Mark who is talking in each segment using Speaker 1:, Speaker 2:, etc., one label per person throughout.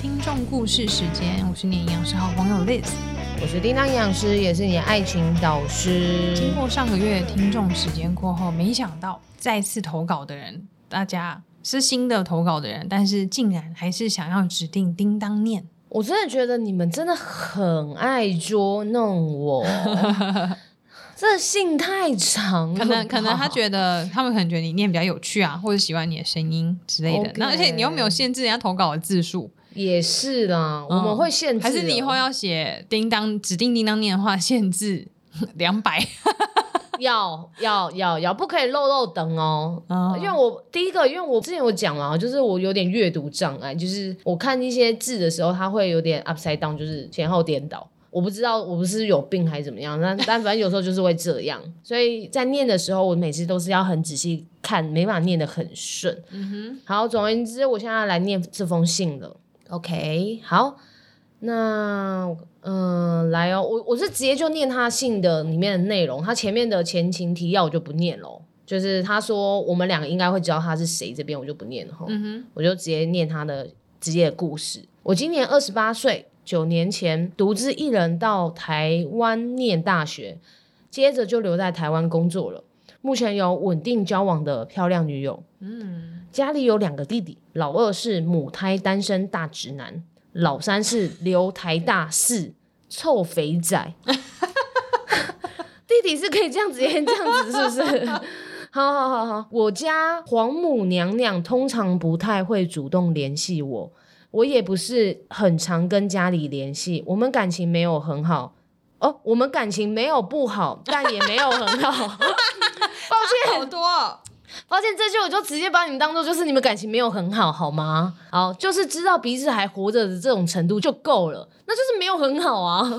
Speaker 1: 听众故事时间，我是你的营养师好朋友 Liz。
Speaker 2: 我是叮当营养师，也是你的爱情导师。
Speaker 1: 经过上个月听众时间过后，没想到再次投稿的人，大家是新的投稿的人，但是竟然还是想要指定叮当念。
Speaker 2: 我真的觉得你们真的很爱捉弄我，哦 这信太长了吧，
Speaker 1: 可 能可能他觉得他们可能觉得你念比较有趣啊，或者喜欢你的声音之类的。
Speaker 2: OK
Speaker 1: 那而且你又没有限制人家投稿的字数，
Speaker 2: 也是啦，
Speaker 1: 嗯
Speaker 2: 我们会限制，
Speaker 1: 还是你以后要写叮当指定叮当念的话，限制 两百。
Speaker 2: 要要要要，不可以漏漏等哦。
Speaker 1: 哦
Speaker 2: 因为我第一个，因为我之前有讲嘛，就是我有点阅读障碍，就是我看一些字的时候，它会有点 upside down，就是前后颠倒。我不知道我不是有病还是怎么样，但但反正有时候就是会这样，所以在念的时候，我每次都是要很仔细看，没办法念得很顺。
Speaker 1: 嗯
Speaker 2: 好，总而言之，我现在来念这封信了。OK，好，那嗯、呃来哦，我我是直接就念他信的里面的内容，他前面的前情提要我就不念喽。就是他说我们两个应该会知道他是谁，这边我就不念了
Speaker 1: 哼，
Speaker 2: 哈。
Speaker 1: 嗯哼，
Speaker 2: 我就直接念他的职业故事。我今年二十八岁，九年前独自一人到台湾念大学，接着就留在台湾工作了。目前有稳定交往的漂亮女友，
Speaker 1: 嗯，
Speaker 2: 家里有两个弟弟，老二是母胎单身大直男，老三是留台大四臭肥仔。 弟弟是可以这样直接这样子，是不是？ 好好好好，我家皇母娘娘通常不太会主动联系我，我也不是很常跟家里联系，我们感情没有很好。哦，我们感情没有不好，但也没有很好。
Speaker 1: 抱歉，好多哦、
Speaker 2: 抱歉，这句我就直接把你们当做就是你们感情没有很好，好吗？好，就是知道彼此还活着的这种程度就够了，那就是没有很好啊。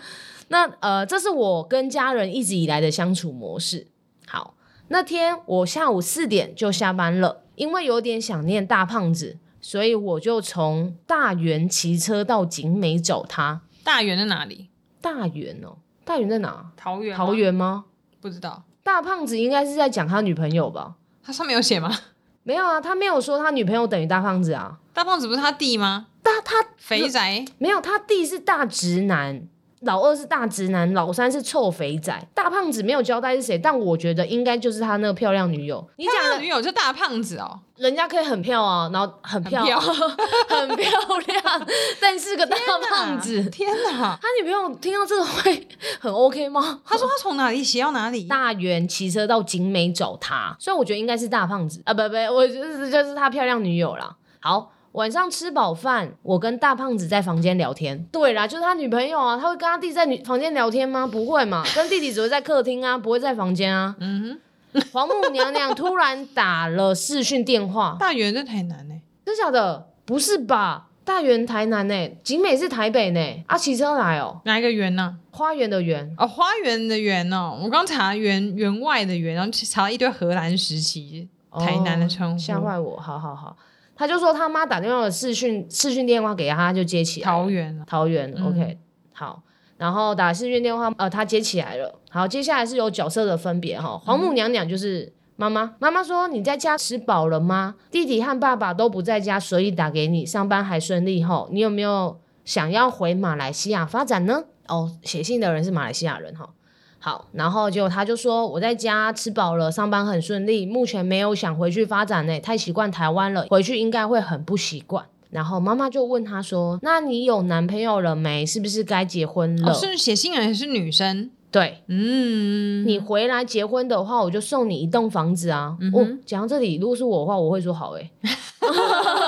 Speaker 2: 那呃，这是我跟家人一直以来的相处模式。好，那天我下午四点就下班了，因为有点想念大胖子，所以我就从大园骑车到景美找他。
Speaker 1: 大圆在哪里？
Speaker 2: 大园哦，大园在哪？
Speaker 1: 桃园？
Speaker 2: 桃？园吗？
Speaker 1: 不知道，
Speaker 2: 大胖子应该是在讲他女朋友吧？
Speaker 1: 它上面有写吗？
Speaker 2: 没有啊，他没有说他女朋友等于大胖子啊。
Speaker 1: 大胖子不是他弟吗？
Speaker 2: 大他
Speaker 1: 肥宅，
Speaker 2: 没有，他弟是大直男，老二是大直男，老三是臭肥仔，大胖子没有交代是谁，但我觉得应该就是他那个漂亮女友。你
Speaker 1: 你
Speaker 2: 讲
Speaker 1: 讲
Speaker 2: 了
Speaker 1: 的，女友就大胖子哦，
Speaker 2: 人家可以很漂啊，然后很漂亮， 很漂亮，但是个大胖子。
Speaker 1: 天 哪！
Speaker 2: 他女朋友听到这个会很 OK 吗？
Speaker 1: 他说他从哪里写到哪里，
Speaker 2: 大圆骑车到景美找他，所以我觉得应该是大胖子啊，不不，我就是就是他漂亮女友啦。好，晚上吃饱饭，我跟大胖子在房间聊天。对啦，就是他女朋友啊，他会跟他弟在女房间聊天吗？不会嘛，跟弟弟只会在客厅啊，不会在房间啊。
Speaker 1: 嗯
Speaker 2: 皇母娘娘突然打了视讯电话
Speaker 1: 哼，，大圆在台南呢、
Speaker 2: 真假的？不是吧？大圆台南呢、景美是台北呢、啊，骑车来哦、
Speaker 1: 哪一个圆呢、
Speaker 2: 花园的园，
Speaker 1: 哦，花园的园哦，我刚查园园外的园，然后查了一堆荷兰时期台南的称
Speaker 2: 哦
Speaker 1: 呼，
Speaker 2: 吓坏我，好好好。他就说他妈打电话的视讯视讯电话给他，他就接起来了。
Speaker 1: 桃园啊，
Speaker 2: 桃园、
Speaker 1: 嗯
Speaker 2: o k 好。然后打视讯电话，呃，他接起来了。好，接下来是有角色的分别
Speaker 1: 嗯
Speaker 2: 哈。皇母娘娘就是妈妈，妈妈说你在家吃饱了吗？弟弟和爸爸都不在家，所以打给你。上班还顺利后，你有没有想要回马来西亚发展呢？哦，写信的人是马来西亚人哈。好，然后结果他就说我在家吃饱了，上班很顺利，目前没有想回去发展呢、太习惯台湾了，回去应该会很不习惯。然后妈妈就问他说：“那你有男朋友了没？是不是该结婚了？”
Speaker 1: 哦，是写信人是女生，
Speaker 2: 对，
Speaker 1: 嗯，
Speaker 2: 你回来结婚的话，我就送你一栋房子啊。
Speaker 1: 嗯
Speaker 2: 我、
Speaker 1: 哼
Speaker 2: 讲到这里，如果是我的话，我会说好哎、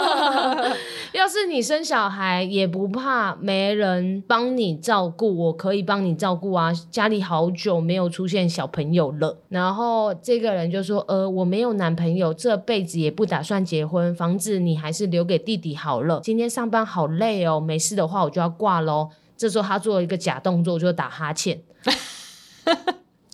Speaker 2: 要是你生小孩也不怕没人帮你照顾，我可以帮你照顾啊。家里好久没有出现小朋友了，然后这个人就说：“呃，我没有男朋友，这辈子也不打算结婚，房子你还是留给弟弟好了。今天上班好累哦，没事的话我就要挂喽。”这时候他做了一个假动作，就打 哈欠。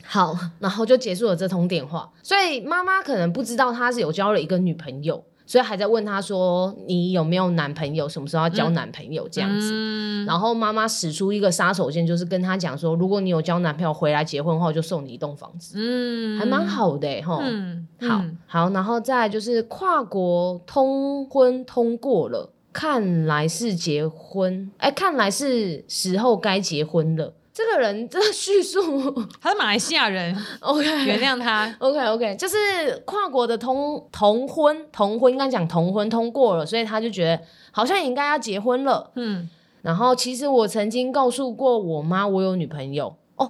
Speaker 2: 好，然后就结束了这通电话。所以妈妈可能不知道他是有交了一个女朋友，所以还在问他说你有没有男朋友，什么时候要交男朋友这样子。
Speaker 1: 嗯
Speaker 2: 然后妈妈使出一个杀手锏，就是跟他讲说，如果你有交男朋友回来结婚的话，我就送你一栋房子，
Speaker 1: 嗯
Speaker 2: 还蛮，好的、欸、哈。
Speaker 1: 嗯，
Speaker 2: 好
Speaker 1: 嗯
Speaker 2: 好，然后再来就是跨国通婚通过了，看来是结婚，哎，看来是时候该结婚了。这个人这个叙述
Speaker 1: 他是马来西亚 人，
Speaker 2: ，OK，
Speaker 1: 原谅他。
Speaker 2: OK OK，就是跨国的同同婚，同婚应该讲同婚通过了，所以他就觉得好像也应该要结婚了。
Speaker 1: 嗯，
Speaker 2: 然后其实我曾经告诉过我妈我有女朋友，
Speaker 1: 哦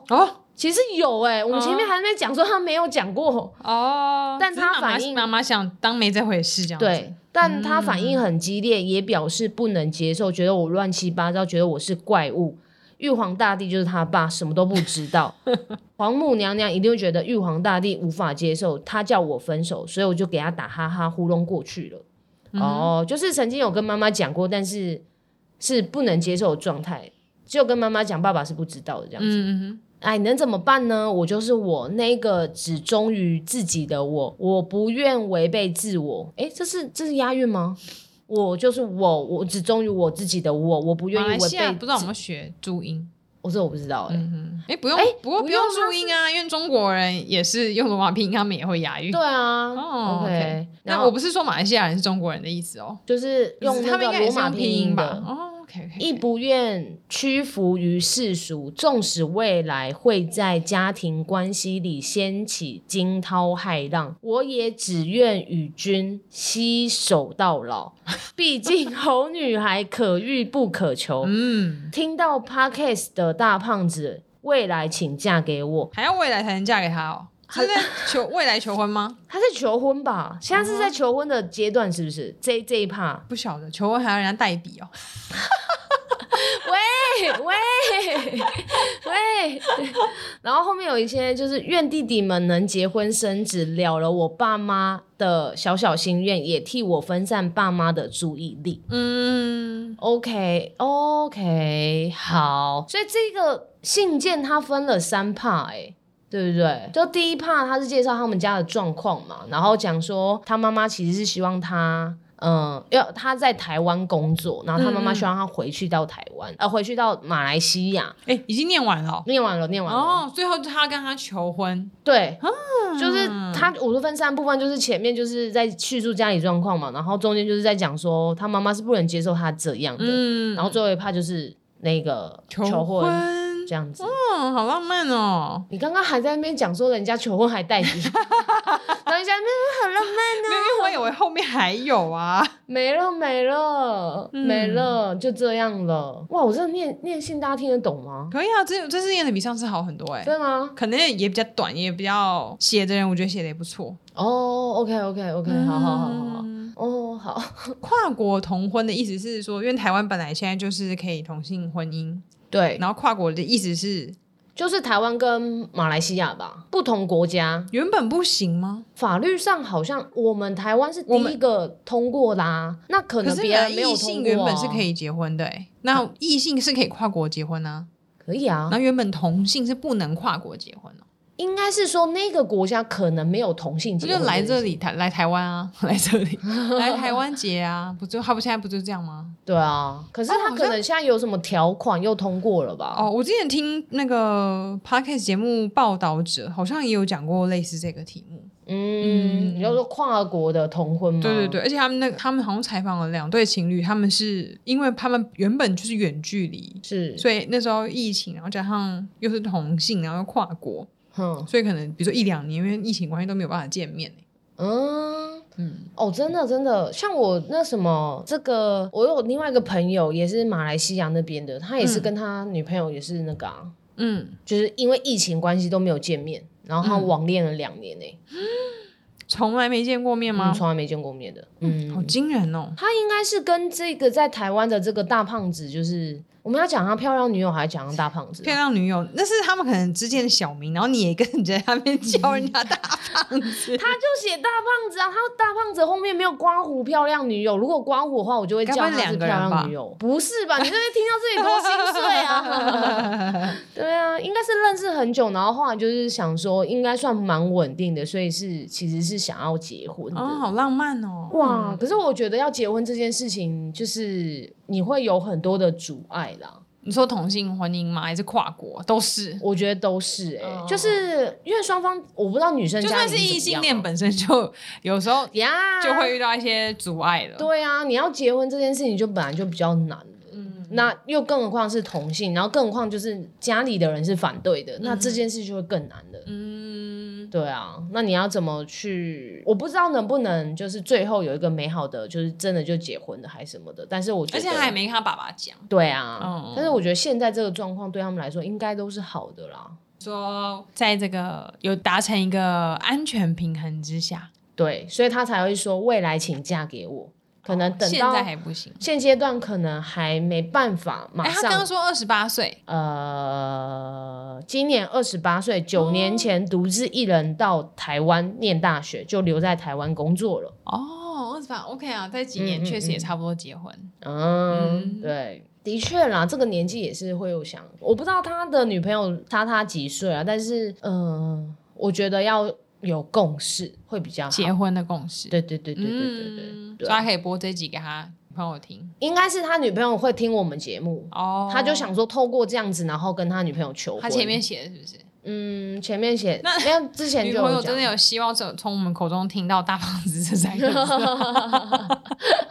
Speaker 2: 其实有哎、我们前面
Speaker 1: 哦
Speaker 2: 还没讲说她没有讲过，
Speaker 1: 哦，
Speaker 2: 但
Speaker 1: 只是
Speaker 2: 他
Speaker 1: 妈妈
Speaker 2: 反应
Speaker 1: 妈妈想当没这回事这样子。
Speaker 2: 对，但她反应很激烈，也表示不能接受，觉得我乱七八糟，觉得我是怪物。玉皇大帝就是他爸，什么都不知 道。皇母娘娘一定会觉得玉皇大帝无法接受，他叫我分手，所以我就给他打哈哈糊弄过去了。
Speaker 1: 嗯
Speaker 2: 哦，就是曾经有跟妈妈讲过，但是是不能接受的状态，只有跟妈妈讲，爸爸是不知道的这样子。
Speaker 1: 嗯，嗯嗯
Speaker 2: 哎，能怎么办呢？我就是我那个只忠于自己的我，我不愿违背自我。哎，这是这是押韵吗？我就是我，我只忠于我自己的我，我不
Speaker 1: 嗯，
Speaker 2: 愿
Speaker 1: 马
Speaker 2: 意
Speaker 1: 来
Speaker 2: 违
Speaker 1: 西亚
Speaker 2: 背
Speaker 1: 不知道有没有学注音。
Speaker 2: 我这我不知道哎、
Speaker 1: 嗯嗯，哎，不用
Speaker 2: 哎，
Speaker 1: 不过
Speaker 2: 不
Speaker 1: 不
Speaker 2: 用
Speaker 1: 用
Speaker 2: 它
Speaker 1: 注音啊，因为中国人也是用罗马拼音，他们也会押韵。
Speaker 2: 对啊、
Speaker 1: 哦
Speaker 2: o k
Speaker 1: ，OK
Speaker 2: 然
Speaker 1: 那
Speaker 2: 后
Speaker 1: 我不是说马来西亚人是中国人的意思哦，
Speaker 2: 就是
Speaker 1: 就是
Speaker 2: 用
Speaker 1: 他
Speaker 2: 那
Speaker 1: 们应
Speaker 2: 个
Speaker 1: 该也
Speaker 2: 罗
Speaker 1: 是
Speaker 2: 马
Speaker 1: 用
Speaker 2: 拼
Speaker 1: 拼
Speaker 2: 音
Speaker 1: 吧
Speaker 2: 的。。
Speaker 1: 哦，OK OK，
Speaker 2: 亦不愿屈服于世俗，纵使未来会在家庭关系里掀起惊涛骇浪，我也只愿与君携手到老。 毕竟好女孩可遇不可求。
Speaker 1: 嗯，
Speaker 2: 听到 Podcast 的大胖子，未来请嫁给我。
Speaker 1: 还要未来才能嫁给他哦，是在求未来求婚吗？
Speaker 2: 他在求婚吧？现在是在求婚的阶段，是不是？这这一趴，
Speaker 1: 不晓得，求婚还要人家代笔哦。
Speaker 2: 喂喂喂，然后后面有一些就是愿弟弟们能结婚生子，了了我爸妈的小小心愿，也替我分散爸妈的注意力。
Speaker 1: 嗯，
Speaker 2: OK OK，好，所以这个信件它分了三 part 哎、对不对？就第一 part 他是介绍他们家的状况嘛，然后讲说他妈妈其实是希望他。嗯，要他在台湾工作，然后他妈
Speaker 1: 嗯
Speaker 2: 妈
Speaker 1: 嗯
Speaker 2: 希望他回去到台湾，呃，回去到马来西亚。
Speaker 1: 哎、已经念完了哦。
Speaker 2: 念完了，念完了。
Speaker 1: 哦，啊最后他跟他求婚，
Speaker 2: 对，就是他，我说分三部分，就是前面就是在叙述家里状况嘛，然后中间就是在讲说他妈妈是不能接受他这样的，
Speaker 1: 嗯，
Speaker 2: 然后最后一趴就是那个
Speaker 1: 求
Speaker 2: 婚
Speaker 1: 婚，
Speaker 2: 这样子。
Speaker 1: 嗯，好浪漫哦。
Speaker 2: 你刚刚还在那边讲说人家求婚还带你， 然后你讲嗯很浪漫，
Speaker 1: 没有，因为我以为后面还有啊。
Speaker 2: 没了没了、
Speaker 1: 嗯
Speaker 2: 没了，就这样了。哇，我真的念念信，大家听得懂吗？
Speaker 1: 可以啊，这这次念的比上次好很多哎、
Speaker 2: 真的吗？
Speaker 1: 可能也比较短，也比较写的人，我觉得写的也不错。
Speaker 2: 哦，OK OK OK，好好好好好。
Speaker 1: 嗯
Speaker 2: 哦，好，
Speaker 1: 跨国同婚的意思是说，因为台湾本来现在就是可以同性婚姻，
Speaker 2: 对，
Speaker 1: 然后跨国的意思是
Speaker 2: 就是台湾跟马来西亚吧，不同国家
Speaker 1: 原本不行吗？
Speaker 2: 法律上好像我们台湾是第一个通过啦、那可
Speaker 1: 可
Speaker 2: 能
Speaker 1: 是
Speaker 2: 别人没有
Speaker 1: 异
Speaker 2: 通
Speaker 1: 性
Speaker 2: 过、啊。
Speaker 1: 原本是可以结婚的、欸，那异性是可以跨国结婚啊，
Speaker 2: 可以啊
Speaker 1: 然后，原本同性是不能跨国结婚哦、
Speaker 2: 应该是说那个国家可能没有同性
Speaker 1: 这
Speaker 2: 结
Speaker 1: 就
Speaker 2: 婚，
Speaker 1: 来这，里台来台湾啊， 来这里来台湾结啊，不就他不现在不就这样吗？
Speaker 2: 对啊。可是
Speaker 1: 哦
Speaker 2: 他
Speaker 1: 好像
Speaker 2: 可能现在有什么条款又通过了吧？
Speaker 1: 哦，我之前听那个 podcast 节目报道者好像也有讲过类似这个题目，
Speaker 2: 嗯，
Speaker 1: 嗯
Speaker 2: 你要说跨国的同婚吗？
Speaker 1: 对对对，，而且他们那他们好像采访了两对情侣，他们是因为他们原本就是远距离，
Speaker 2: 是，
Speaker 1: 所以那时候疫情，然后加上又是同性，然后又跨国，
Speaker 2: 哼，
Speaker 1: 所以可能比如说一两年，因为疫情关系都没有办法见面、欸、
Speaker 2: 嗯。
Speaker 1: 嗯，
Speaker 2: 哦，真的真的，像我那什么，这个我有另外一个朋友也是马来西亚那边的，他也
Speaker 1: 嗯
Speaker 2: 是跟他女朋友也是那个、啊，
Speaker 1: 嗯，
Speaker 2: 就是因为疫情关系都没有见面，然后他
Speaker 1: 嗯
Speaker 2: 网恋了两年呢、
Speaker 1: 从来没见过面
Speaker 2: 嗯
Speaker 1: 吗？
Speaker 2: 从来没见过面的，嗯，
Speaker 1: 好惊人哦！
Speaker 2: 他应该是跟这个在台湾的这个大胖子，就是我们要讲他漂亮女友，还是讲他大胖子啊、
Speaker 1: 漂亮女友，那是他们可能之间的小名，然后你也跟人家在那边叫人家大胖子，
Speaker 2: 他就写大胖子啊，他大胖子后面没有刮胡漂亮女友。如果刮胡的话，我就会叫
Speaker 1: 该
Speaker 2: 他
Speaker 1: 不
Speaker 2: 是
Speaker 1: 会两
Speaker 2: 漂
Speaker 1: 个人吧
Speaker 2: 亮女友。不是吧？你这边听到这里多心碎 啊！对啊，应该是认识很久，然后后来就是想说，应该算蛮稳定的，所以是其实是想要结婚的。
Speaker 1: 哦，好浪漫哦！
Speaker 2: 哇！可是我觉得要结婚这件事情，就是你会有很多的阻碍啦。
Speaker 1: 你说同性婚姻吗？还是跨国都是？
Speaker 2: 我觉得都是哎、
Speaker 1: 哦
Speaker 2: 就是因为双方我不知道女生
Speaker 1: 就算
Speaker 2: 家庭
Speaker 1: 是
Speaker 2: 怎么
Speaker 1: 异性
Speaker 2: 样
Speaker 1: 恋本身就有时候
Speaker 2: 呀，
Speaker 1: 就会遇到一些阻碍了。
Speaker 2: 对啊，你要结婚这件事情就本来就比较难了。
Speaker 1: 嗯
Speaker 2: 那又更何况是同性，然后更何况就是家里的人是反对的，那这件事就会更难了。
Speaker 1: 嗯，
Speaker 2: 对啊，那你要怎么去？我不知道能不能就是最后有一个美好的，就是真的就结婚了还是什么的。但是我觉
Speaker 1: 而
Speaker 2: 得
Speaker 1: 且还没跟他爸爸讲，
Speaker 2: 对啊，
Speaker 1: 嗯
Speaker 2: 但是我觉得现在这个状况对他们来说应该都是好的啦。
Speaker 1: 说在这个有达成一个安全平衡之下，
Speaker 2: 对，所以他才会说未来请嫁给我。可能等
Speaker 1: 哦现
Speaker 2: 到
Speaker 1: 在还不行。
Speaker 2: 现阶段可能还没办法马
Speaker 1: 哎，他
Speaker 2: 上。
Speaker 1: 刚刚说二十八岁，
Speaker 2: 呃，今年二十八岁，九
Speaker 1: 哦
Speaker 2: 年前独自一人到台湾念大学，就留在台湾工作了。
Speaker 1: 哦，二十八，OK 啊，在几
Speaker 2: 嗯
Speaker 1: 年
Speaker 2: 嗯
Speaker 1: 确实也
Speaker 2: 嗯
Speaker 1: 差不多结婚。
Speaker 2: 嗯，
Speaker 1: 嗯
Speaker 2: 对，的确啦，这个年纪也是会有想，我不知道他的女朋友差他几岁啊，但是嗯、呃我觉得要有共识会比较好。
Speaker 1: 结婚的共识，
Speaker 2: 对对对对对对对，
Speaker 1: 嗯
Speaker 2: 对
Speaker 1: 所
Speaker 2: 啊
Speaker 1: 以他可以播这集给他女朋友听
Speaker 2: 应该是他女朋友会听我们节目。
Speaker 1: 哦。
Speaker 2: 他就想说，透过这样子，然后跟他女朋友求婚。
Speaker 1: 他前面写的是不是？
Speaker 2: 嗯，前面写，
Speaker 1: 那
Speaker 2: 没有之前
Speaker 1: 女
Speaker 2: 就
Speaker 1: 朋
Speaker 2: 有
Speaker 1: 友
Speaker 2: 讲
Speaker 1: 真的有希望从从我们口中听到“大胖子”这三个 字，说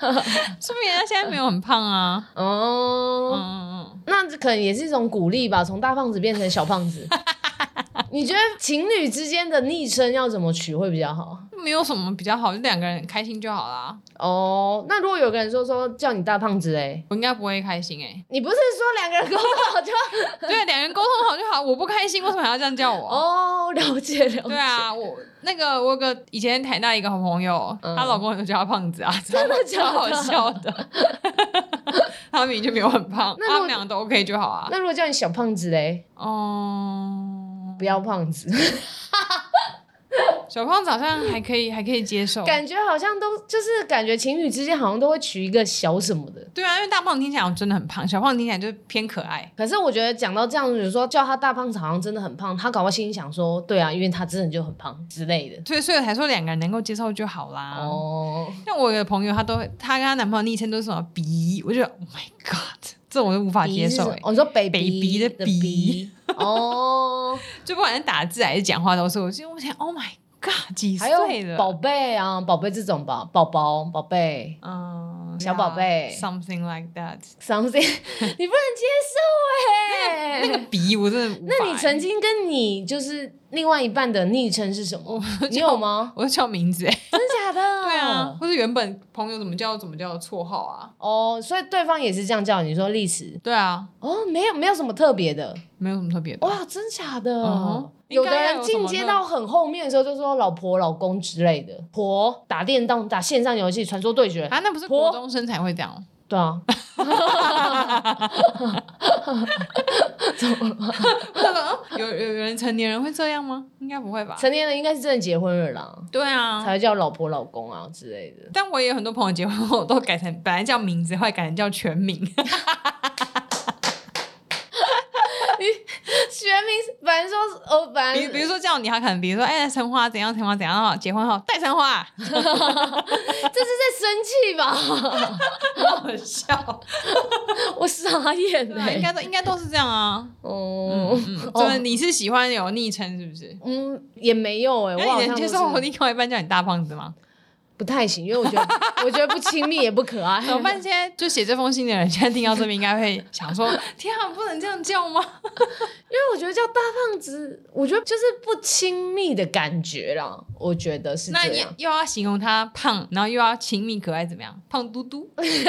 Speaker 1: 明他现在没有很胖啊。
Speaker 2: 哦
Speaker 1: 嗯，嗯嗯，
Speaker 2: 那这可能也是一种鼓励吧，从大胖子变成小胖 子。你觉得情侣之间的昵称要怎么取会比较好？
Speaker 1: 嗯没有什么比较好，就两个人开心就好啦。
Speaker 2: 哦、那如果有个人说说叫你大胖子嘞，
Speaker 1: 我应该不会开心哎、
Speaker 2: 你不是说两个人沟通好就
Speaker 1: 对，啊两个人沟通好就好。我不开心，为什么还要这样叫我？啊
Speaker 2: 哦？了解了解。
Speaker 1: 对，啊，我那个我有个以前台大一个好朋友，
Speaker 2: 嗯
Speaker 1: 她、老公就叫她胖 子啊，真
Speaker 2: 的假的
Speaker 1: 超好笑的。 他明明就没有很胖，
Speaker 2: 那如果
Speaker 1: 他们两个都 OK 就好啊。
Speaker 2: 那如果叫你小胖子嘞，
Speaker 1: 哦、
Speaker 2: 不要胖子，
Speaker 1: 小胖子好像还可以，还可以接受。
Speaker 2: 感觉好像都就是感觉情侣之间好像都会取一个小什么的。
Speaker 1: 对啊，因为大胖听起来真的很胖，小胖听起来就是偏可爱。
Speaker 2: 可是我觉得讲到这样子，比如说叫他大胖子，好像真的很胖，他搞不好心里想说，对啊，因为他真的就很胖之类的。
Speaker 1: 所以，所以我才说两个人能够接受就好啦。
Speaker 2: 哦、
Speaker 1: 像我有个朋友，她都她跟她男朋友昵称都是什么鼻，我就觉得 Oh my God，这我都无法接受、欸。
Speaker 2: 我、哦、你说北
Speaker 1: 北
Speaker 2: 鼻
Speaker 1: 鼻的
Speaker 2: 的
Speaker 1: 鼻
Speaker 2: 鼻哦，
Speaker 1: 就不管是打字还是讲话都是，我就我想 Oh my God，几
Speaker 2: 还
Speaker 1: 岁
Speaker 2: 有
Speaker 1: 了？
Speaker 2: 宝贝啊，宝贝这种吧，宝宝宝贝
Speaker 1: 嗯，
Speaker 2: 小宝贝
Speaker 1: yeah, something like that。
Speaker 2: ，something 你不能接受哎、
Speaker 1: 那个鼻我真的无法、
Speaker 2: 那你曾经跟你就是另外一半的昵称是什么？你 有吗？
Speaker 1: 我就叫名字、欸，
Speaker 2: 真的假的？
Speaker 1: 对啊，。 或是原本朋友怎么叫怎么叫的绰号啊？
Speaker 2: 哦所以对方也是这样叫你说历史
Speaker 1: 对啊，
Speaker 2: 哦，没有没有什么特别的
Speaker 1: 没有什么特别的。
Speaker 2: 哇，真假的？
Speaker 1: 嗯哼
Speaker 2: 有的
Speaker 1: 应该
Speaker 2: 人
Speaker 1: 要有什
Speaker 2: 进
Speaker 1: 么
Speaker 2: 阶
Speaker 1: 呢
Speaker 2: 到很后面的时候就说老婆、老公之类的，婆打电动、打线上游戏、传说对决，
Speaker 1: 啊，那不是
Speaker 2: 婆
Speaker 1: 国中生才会这样哦。
Speaker 2: 对啊，
Speaker 1: 他说哦 有有有人成年人会这样吗？应该不会吧？
Speaker 2: 成年人应该是真的结婚了啦，
Speaker 1: 对啊
Speaker 2: 才，会叫老婆老公啊之类的。
Speaker 1: 但我也有很多朋友结婚后都改成本来叫名字，后来改成叫全名。
Speaker 2: 学名反正说呃，反
Speaker 1: 比
Speaker 2: 正
Speaker 1: 比如说叫你，他可能比如说哎陈花怎样陈花怎样，然后结婚后戴陈 花，
Speaker 2: 这是在生气吧？
Speaker 1: 好笑。
Speaker 2: 我傻眼
Speaker 1: 对
Speaker 2: 了、
Speaker 1: 啊，应该都应该都是这样啊。
Speaker 2: 哦，
Speaker 1: 嗯，就是你是喜欢有昵称是不是？
Speaker 2: 嗯，也没有哎、
Speaker 1: 那
Speaker 2: 我好
Speaker 1: 你
Speaker 2: 像
Speaker 1: 能
Speaker 2: 都
Speaker 1: 接
Speaker 2: 是
Speaker 1: 受我另外一半叫你大胖子吗？
Speaker 2: 不太行，因为我觉得 我觉得不亲密也不可爱。
Speaker 1: 怎么 办？现在就写这封信的人，现在听到这边应该会想说：天啊，不能这样叫吗？
Speaker 2: 因为我觉得叫大胖子，我觉得就是不亲密的感觉啦，我觉得是
Speaker 1: 那
Speaker 2: 这
Speaker 1: 你
Speaker 2: 样。
Speaker 1: 又要形容他胖，然后又要亲密可爱，怎么样？胖嘟嘟，
Speaker 2: 那可以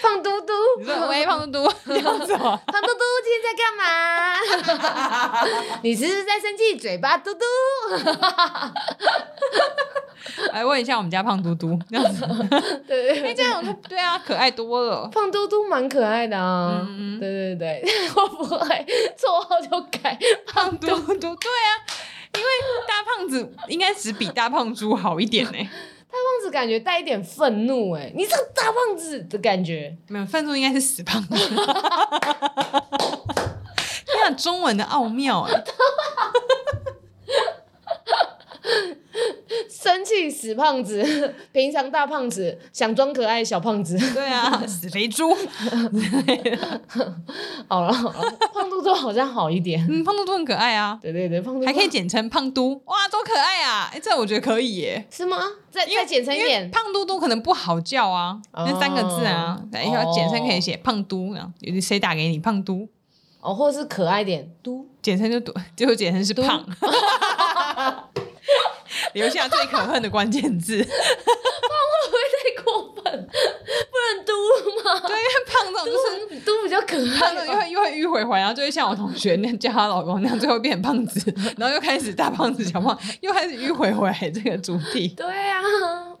Speaker 2: 胖嘟嘟，
Speaker 1: 你说喂胖嘟嘟，这样子哦。
Speaker 2: 胖嘟嘟今天在干嘛？你是不是在生气？嘴巴嘟嘟。
Speaker 1: 来哎问一下我们家胖嘟嘟，这 样子，
Speaker 2: 对
Speaker 1: 因为
Speaker 2: 对，
Speaker 1: 这样就对啊，可爱多了。
Speaker 2: 胖嘟嘟蛮可爱的啊。
Speaker 1: 嗯嗯
Speaker 2: 对对对， 会不会绰号就改胖
Speaker 1: 嘟
Speaker 2: 嘟？
Speaker 1: 嘟，对啊，因为大胖子应该只比大胖猪好一点呢、
Speaker 2: 胖子感觉带一点愤怒哎、你这个大胖子的感觉。
Speaker 1: 没有，范猪应该是死 胖子。天啊，中啊文的奥妙哎、
Speaker 2: 生气死胖子，平常大胖子想装可爱小胖子。
Speaker 1: 对啊，死肥猪，
Speaker 2: 好了好 了，胖嘟嘟好像好一点。
Speaker 1: 嗯，胖嘟嘟很可爱啊，
Speaker 2: 对对对，胖嘟嘟
Speaker 1: 还可以简称胖嘟，哇，多可爱啊！哎，这我觉得可以耶。
Speaker 2: 是吗？再
Speaker 1: 因为
Speaker 2: 再简称一
Speaker 1: 因为
Speaker 2: 点，
Speaker 1: 胖嘟嘟可能不好叫啊，
Speaker 2: 哦
Speaker 1: 那三个字啊，然后简称可以写胖嘟，然后有谁打给你胖嘟，
Speaker 2: 哦，或者是可爱点嘟。
Speaker 1: 简称就嘟，最后简称是 胖，留下最可恨的关键字。 对，因
Speaker 2: 会不会太过分？不能嘟吗？
Speaker 1: 为胖这种就是。
Speaker 2: 嘟嘟比较可
Speaker 1: 胖
Speaker 2: 爱
Speaker 1: 的
Speaker 2: 吧，
Speaker 1: 又会又会迂回回来，然后就会像我同学那样叫她老公那样，最后变成胖子，然后又开始大胖子小胖，又开始迂回回来这个主题。
Speaker 2: 对啊，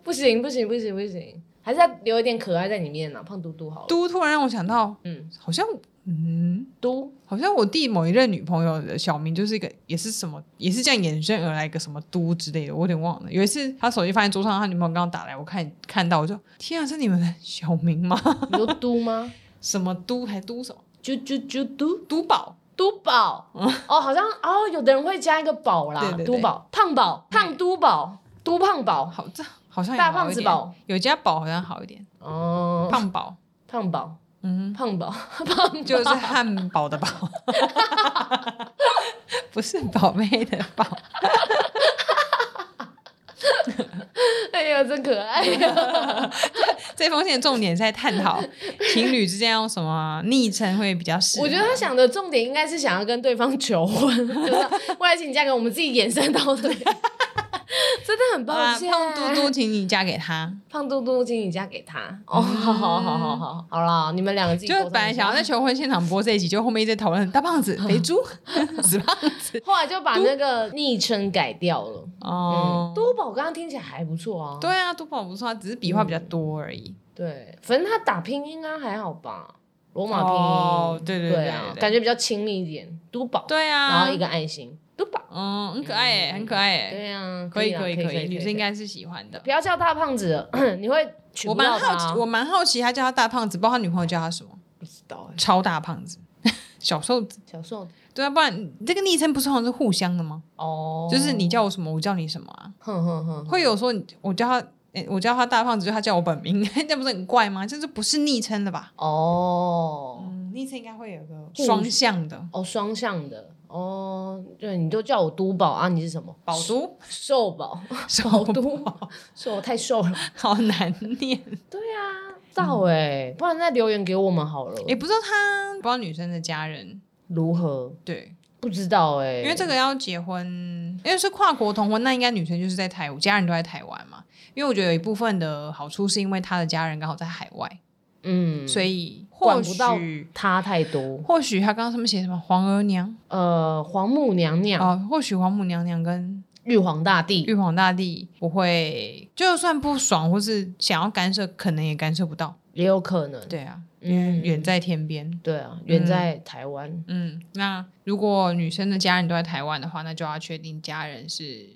Speaker 2: 不行不行不行不行，还是要留一点可爱在里面啊，胖嘟嘟好了。
Speaker 1: 嘟突然让我想到，
Speaker 2: 嗯，
Speaker 1: 好像嗯，
Speaker 2: 嘟
Speaker 1: 好像我弟某一任女朋友的小名就是一个，也是什么，也是这样衍生而来一个什么都之类的，我有点忘了。有一次他手机放在桌上，他女朋友刚刚打来，我看看到我就天啊，是你们的小名吗？
Speaker 2: 你说嘟吗？
Speaker 1: 什么都还都什么
Speaker 2: 啾啾啾嘟
Speaker 1: 都宝？
Speaker 2: 嘟宝，哦，好像哦，有的人会加一个宝啦，
Speaker 1: 对对对
Speaker 2: 嘟宝、胖宝、胖嘟宝、嘟胖宝，
Speaker 1: 好这好像也
Speaker 2: 大
Speaker 1: 好一
Speaker 2: 胖子
Speaker 1: 点
Speaker 2: 宝，
Speaker 1: 有家宝好像好一点，
Speaker 2: 哦，
Speaker 1: 胖宝。
Speaker 2: 胖宝、
Speaker 1: 嗯，
Speaker 2: 胖宝、胖
Speaker 1: 就是汉堡的堡， 不是宝贝的宝。
Speaker 2: 哎呀，真可爱呀！
Speaker 1: 这封信的重点是在探讨情侣之间用什么昵称会比较适合。
Speaker 2: 我觉得他想的重点应该是想要跟对方求婚，就是未来请嫁给我们自己衍生到的，真的很
Speaker 1: 好
Speaker 2: 抱
Speaker 1: 啦
Speaker 2: 歉。
Speaker 1: 啊胖嘟嘟，请你嫁给他。
Speaker 2: 胖嘟嘟，请你嫁给他。哦，好好好好好，好啦，你们两个自己
Speaker 1: 就
Speaker 2: 沟通一下
Speaker 1: 本来想要在求婚现场播这一集，就后面一直讨论大胖 子、肥猪、 死胖子。
Speaker 2: 后来就把那个昵称改掉了。
Speaker 1: 哦
Speaker 2: 嗯，，都宝刚刚听起来还不错啊。
Speaker 1: 对啊，都宝不错啊，只是笔画比较多而已。
Speaker 2: 对，反正他打拼音啊还好吧，罗马拼音。
Speaker 1: 哦对对
Speaker 2: 对
Speaker 1: 对
Speaker 2: 啊
Speaker 1: 对，对
Speaker 2: 感觉比较亲密一点。都宝，
Speaker 1: 对
Speaker 2: 然
Speaker 1: 啊
Speaker 2: 后一，个爱心，都宝。
Speaker 1: 嗯，很可爱耶，很可爱耶，
Speaker 2: 对啊，
Speaker 1: 可以
Speaker 2: 啦
Speaker 1: 可以
Speaker 2: 以
Speaker 1: 可以，女生应
Speaker 2: 该。
Speaker 1: 该是喜欢的
Speaker 2: 不。要叫大胖子 了，你会娶
Speaker 1: 我
Speaker 2: 不到
Speaker 1: 蛮
Speaker 2: 他。
Speaker 1: 好奇，我蛮好奇他叫他大胖子，不知道他女朋友叫他什么，
Speaker 2: 不知道哎、
Speaker 1: 超大胖子、 小瘦子。
Speaker 2: 小瘦
Speaker 1: 对啊，不然这个昵称不是好像是互相的吗？
Speaker 2: 哦，
Speaker 1: 就是你，叫我什么，我叫你什么啊？
Speaker 2: 哼哼哼，
Speaker 1: 会有说你我叫他，诶我叫他大胖子，就他叫我本名， 那不是很怪吗？这就不是昵称了吧？
Speaker 2: 哦
Speaker 1: 嗯，昵称应该会有个
Speaker 2: 互
Speaker 1: 双向的，
Speaker 2: 哦，双向的哦，对，你都叫我都宝啊，你是什么？
Speaker 1: 饱读
Speaker 2: 瘦宝，
Speaker 1: 首都，
Speaker 2: 瘦我太瘦 了。
Speaker 1: 好难念。
Speaker 2: 对啊，到哎、不然再留言给我们好了。
Speaker 1: 也不知道他，不知道女生的家人，
Speaker 2: 如何？
Speaker 1: 对，
Speaker 2: 不知道哎、
Speaker 1: 因为这个要结婚，因为是跨国同婚，那应该女生就是在台，家人都在台湾嘛。因为我觉得有一部分的好处是因为他的家人刚好在海外，
Speaker 2: 嗯，
Speaker 1: 所以
Speaker 2: 管
Speaker 1: 或
Speaker 2: 不到
Speaker 1: 许
Speaker 2: 他太多。
Speaker 1: 或许他刚刚上面写什么皇额娘
Speaker 2: 呃，皇母娘娘、
Speaker 1: 啊、或许皇母娘娘跟
Speaker 2: 玉皇大帝，
Speaker 1: 玉皇大帝不会，就算不爽或是想要干涉，可能也干涉不到。
Speaker 2: 也有可能。
Speaker 1: 对啊，
Speaker 2: 嗯，
Speaker 1: 远在天边。
Speaker 2: 对啊，远在台湾。
Speaker 1: 嗯，那如果女生的家人都在台湾的话，那就要确定家人是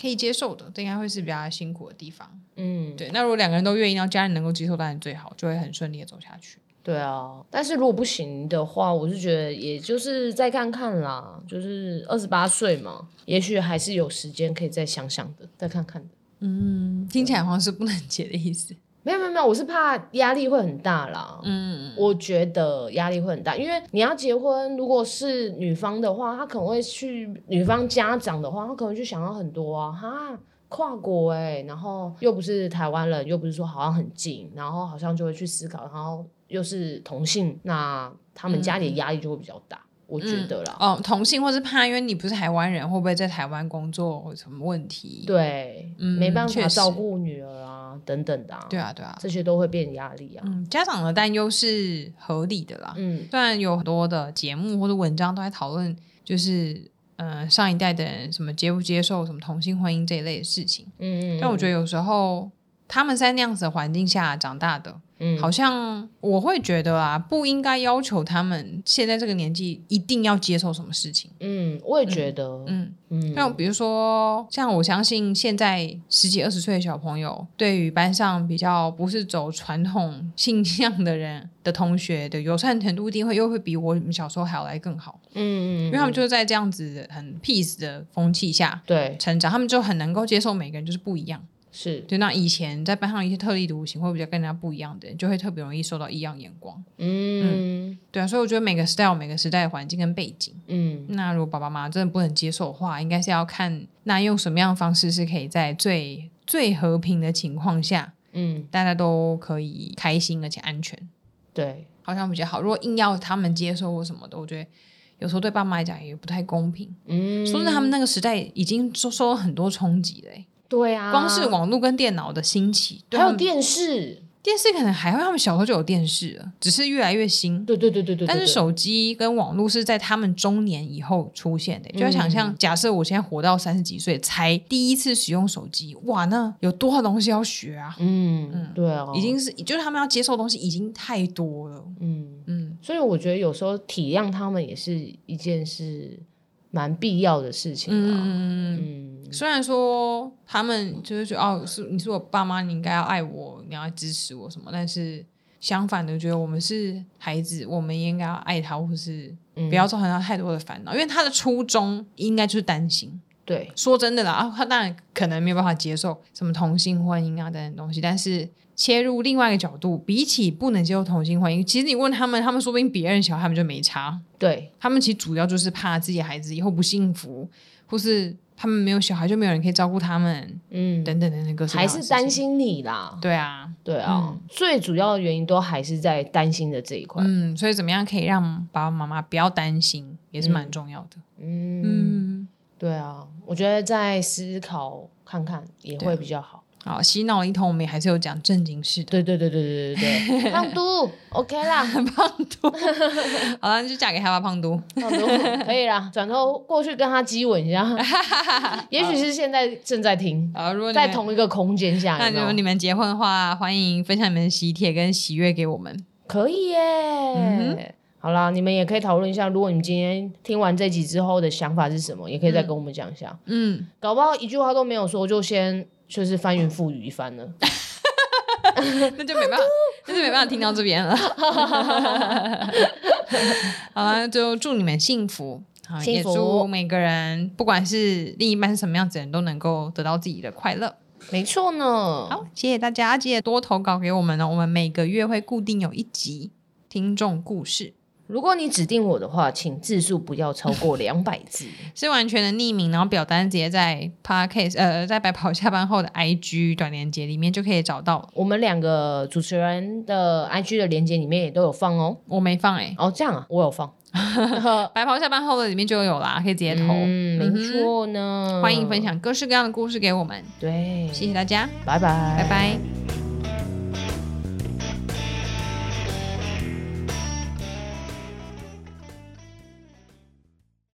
Speaker 1: 可以接受的，这应该会是比较辛苦的地方。
Speaker 2: 嗯，
Speaker 1: 对，那如果两个人都愿意，让家人能够接受，当然最好，就会很顺利的走下去。
Speaker 2: 对啊，但是如果不行的话，我是觉得也就是再看看啦，就是二十八岁嘛，也许还是有时间可以再想想的，再看看的。
Speaker 1: 嗯，听起来好像是不能结的意思。
Speaker 2: 没有没有没有，我是怕压力会很大啦。
Speaker 1: 嗯，
Speaker 2: 我觉得压力会很大，因为你要结婚，如果是女方的话，她可能会去女方家长的话，她可能就想要很多啊，哈，跨国哎、然后又不是台湾人，又不是说好像很近，然后好像就会去思考，然后又是同性，那他们家里的压力就会比较大，我觉得啦，
Speaker 1: 嗯哦，同性或是怕，因为你不是台湾人，会不会在台湾工作有什么问题？
Speaker 2: 对，
Speaker 1: 嗯
Speaker 2: 没办
Speaker 1: 确
Speaker 2: 法
Speaker 1: 实
Speaker 2: 照顾女儿啊，等等的、啊，
Speaker 1: 对啊，对啊。
Speaker 2: 这些都会变压力啊，
Speaker 1: 嗯，家长的担忧是合理的啦。
Speaker 2: 嗯
Speaker 1: 虽然有很多的节目或者文章都在讨论，就是嗯、呃上一代的人什么接不接受什么同性婚姻这一类的事情，
Speaker 2: 嗯嗯，
Speaker 1: 但我觉
Speaker 2: 得
Speaker 1: 得有时候他们在那样子的环境下长大的，
Speaker 2: 嗯
Speaker 1: 好像我会觉得啊，不应该要求他们现在这个年纪一定要接受什么事情。
Speaker 2: 嗯，我也觉得，
Speaker 1: 嗯，
Speaker 2: 嗯，
Speaker 1: 像比如说，像我相信现在十几二十岁的小朋友，对于班上比较不是走传统性向的人的同学的友善程度，一定会又会比我们小时候还要来更好，
Speaker 2: 嗯嗯，
Speaker 1: 因为他们
Speaker 2: 嗯
Speaker 1: 就是在这样子很 peace 的风气下
Speaker 2: 对
Speaker 1: 成长，他们就很能够接受每个人就是不一样。
Speaker 2: 是，
Speaker 1: 就那以前在班上一些特立独行或比较跟人家不一样的人，就会特别容易受到异样眼光。
Speaker 2: 嗯
Speaker 1: 对啊，所以我觉得每个时代有每个时代的环境跟背景。
Speaker 2: 嗯
Speaker 1: 那如果爸爸妈妈真的不能接受的话，应该是要看那用什么样的方式是可以在最最和平的情况下，
Speaker 2: 嗯，
Speaker 1: 大家都可以开心而且安全，
Speaker 2: 对，
Speaker 1: 好像比较好。如果硬要他们接受或什么的，我觉得有时候对爸妈来讲也不太公平。
Speaker 2: 嗯，
Speaker 1: 说真的，他们那个时代已经受受到很多冲击了欸、
Speaker 2: 对啊，
Speaker 1: 光是网络跟电脑的兴起，对
Speaker 2: 还
Speaker 1: 他
Speaker 2: 有
Speaker 1: 们
Speaker 2: 电视，
Speaker 1: 电视可能还会，他们小时候就有电视了，只是越来越新。
Speaker 2: 对对对对对，
Speaker 1: 但是
Speaker 2: 对
Speaker 1: 手机跟网络是在他们中年以后出现的，就要想
Speaker 2: 嗯
Speaker 1: 象，假设我现在活到三十几岁才第一次使用手机，哇，那有多少东西要学啊？
Speaker 2: 嗯，对啊，
Speaker 1: 已经是，就是他们要接受的东西已经太多了。
Speaker 2: 嗯，
Speaker 1: 嗯，
Speaker 2: 所以我觉得有时候体谅他们也是一件是蛮必要的事情啊，
Speaker 1: 嗯，
Speaker 2: 嗯
Speaker 1: 虽然说他们就是觉得哦，是你是我爸妈，你应该要爱我，你要支持我什么，但是相反的，觉得我们是孩子，我们也应该要爱他，或是
Speaker 2: 嗯
Speaker 1: 不要造成他太多的烦恼，因为他的初衷应该就是担心。
Speaker 2: 对，
Speaker 1: 说真的啦，啊，他当然可能没有办法接受什么同性婚姻啊等等东西，但是切入另外一个角度，比起不能接受同性婚姻，其实你问他们，他们说不定别人小孩他们就没差，
Speaker 2: 对，
Speaker 1: 他们其实主要就是怕自己的孩子以后不幸福，或是他们没有小孩就没有人可以照顾他们，
Speaker 2: 嗯，
Speaker 1: 等等等等各式各
Speaker 2: 还
Speaker 1: 样的
Speaker 2: 是
Speaker 1: 事情
Speaker 2: 担。心你啦，
Speaker 1: 对啊，
Speaker 2: 对啊，最主要的原因都还是在担心的这一块，
Speaker 1: 嗯，所以怎么样可以让爸爸妈妈不要担心，也是蛮重要的。
Speaker 2: 嗯，
Speaker 1: 嗯，
Speaker 2: 对啊，我觉得再思考看看也
Speaker 1: 对啊
Speaker 2: 会比较好。
Speaker 1: 好，洗脑了一通，我们也还是有讲正经事的。
Speaker 2: 对对对对对 对对，胖嘟，OK 啦，
Speaker 1: 好了，那就嫁给他吧，胖嘟。
Speaker 2: 胖嘟可 以啦，转头过去跟他激吻一下，也许是现在正在听，
Speaker 1: 好，啊如果你
Speaker 2: 在
Speaker 1: 们
Speaker 2: 同一哦个空间下，
Speaker 1: 那
Speaker 2: 有没
Speaker 1: 如
Speaker 2: 有
Speaker 1: 果你们结婚的话，欢迎分享你们的喜帖跟喜悦给我们。
Speaker 2: 可以耶。
Speaker 1: 嗯
Speaker 2: 好啦，你们也可以讨论一下，如果你们今天听完这集之后的想法是什么，也可以再跟我们讲一下。
Speaker 1: 嗯，
Speaker 2: 搞不好一句话都没有说，就先就是翻云覆雨一番 了。
Speaker 1: 嗯那就没 办法，那就没办法听到这边了。 好啦，就祝你们幸福。好，
Speaker 2: 幸
Speaker 1: 也
Speaker 2: 福
Speaker 1: 祝每个人，不管是另一半是什么样子的人，都能够得到自己的快乐。
Speaker 2: 没错呢。
Speaker 1: 好，谢谢大家，记得多投稿给我们哦。我们每个月会固定有一集听众故事，
Speaker 2: 如果你指定我的话，请字数不要超过两百字。
Speaker 1: 是完全的匿名，然后表单直接在 podcast 呃，在白跑下班后的 IG 短链接里面就可以找到了。
Speaker 2: 我们两个主持人的 IG 的链接里面也都有放哦。
Speaker 1: 我没放哎、
Speaker 2: 哦，这样啊，我有放。
Speaker 1: 白袍下班后的里面就有啦，可以直接投。嗯
Speaker 2: 嗯，
Speaker 1: 哼
Speaker 2: 没错呢。
Speaker 1: 欢迎分。享各式各样的故事给我们，
Speaker 2: 对，
Speaker 1: 谢谢大家，
Speaker 2: 拜拜，
Speaker 1: 拜拜。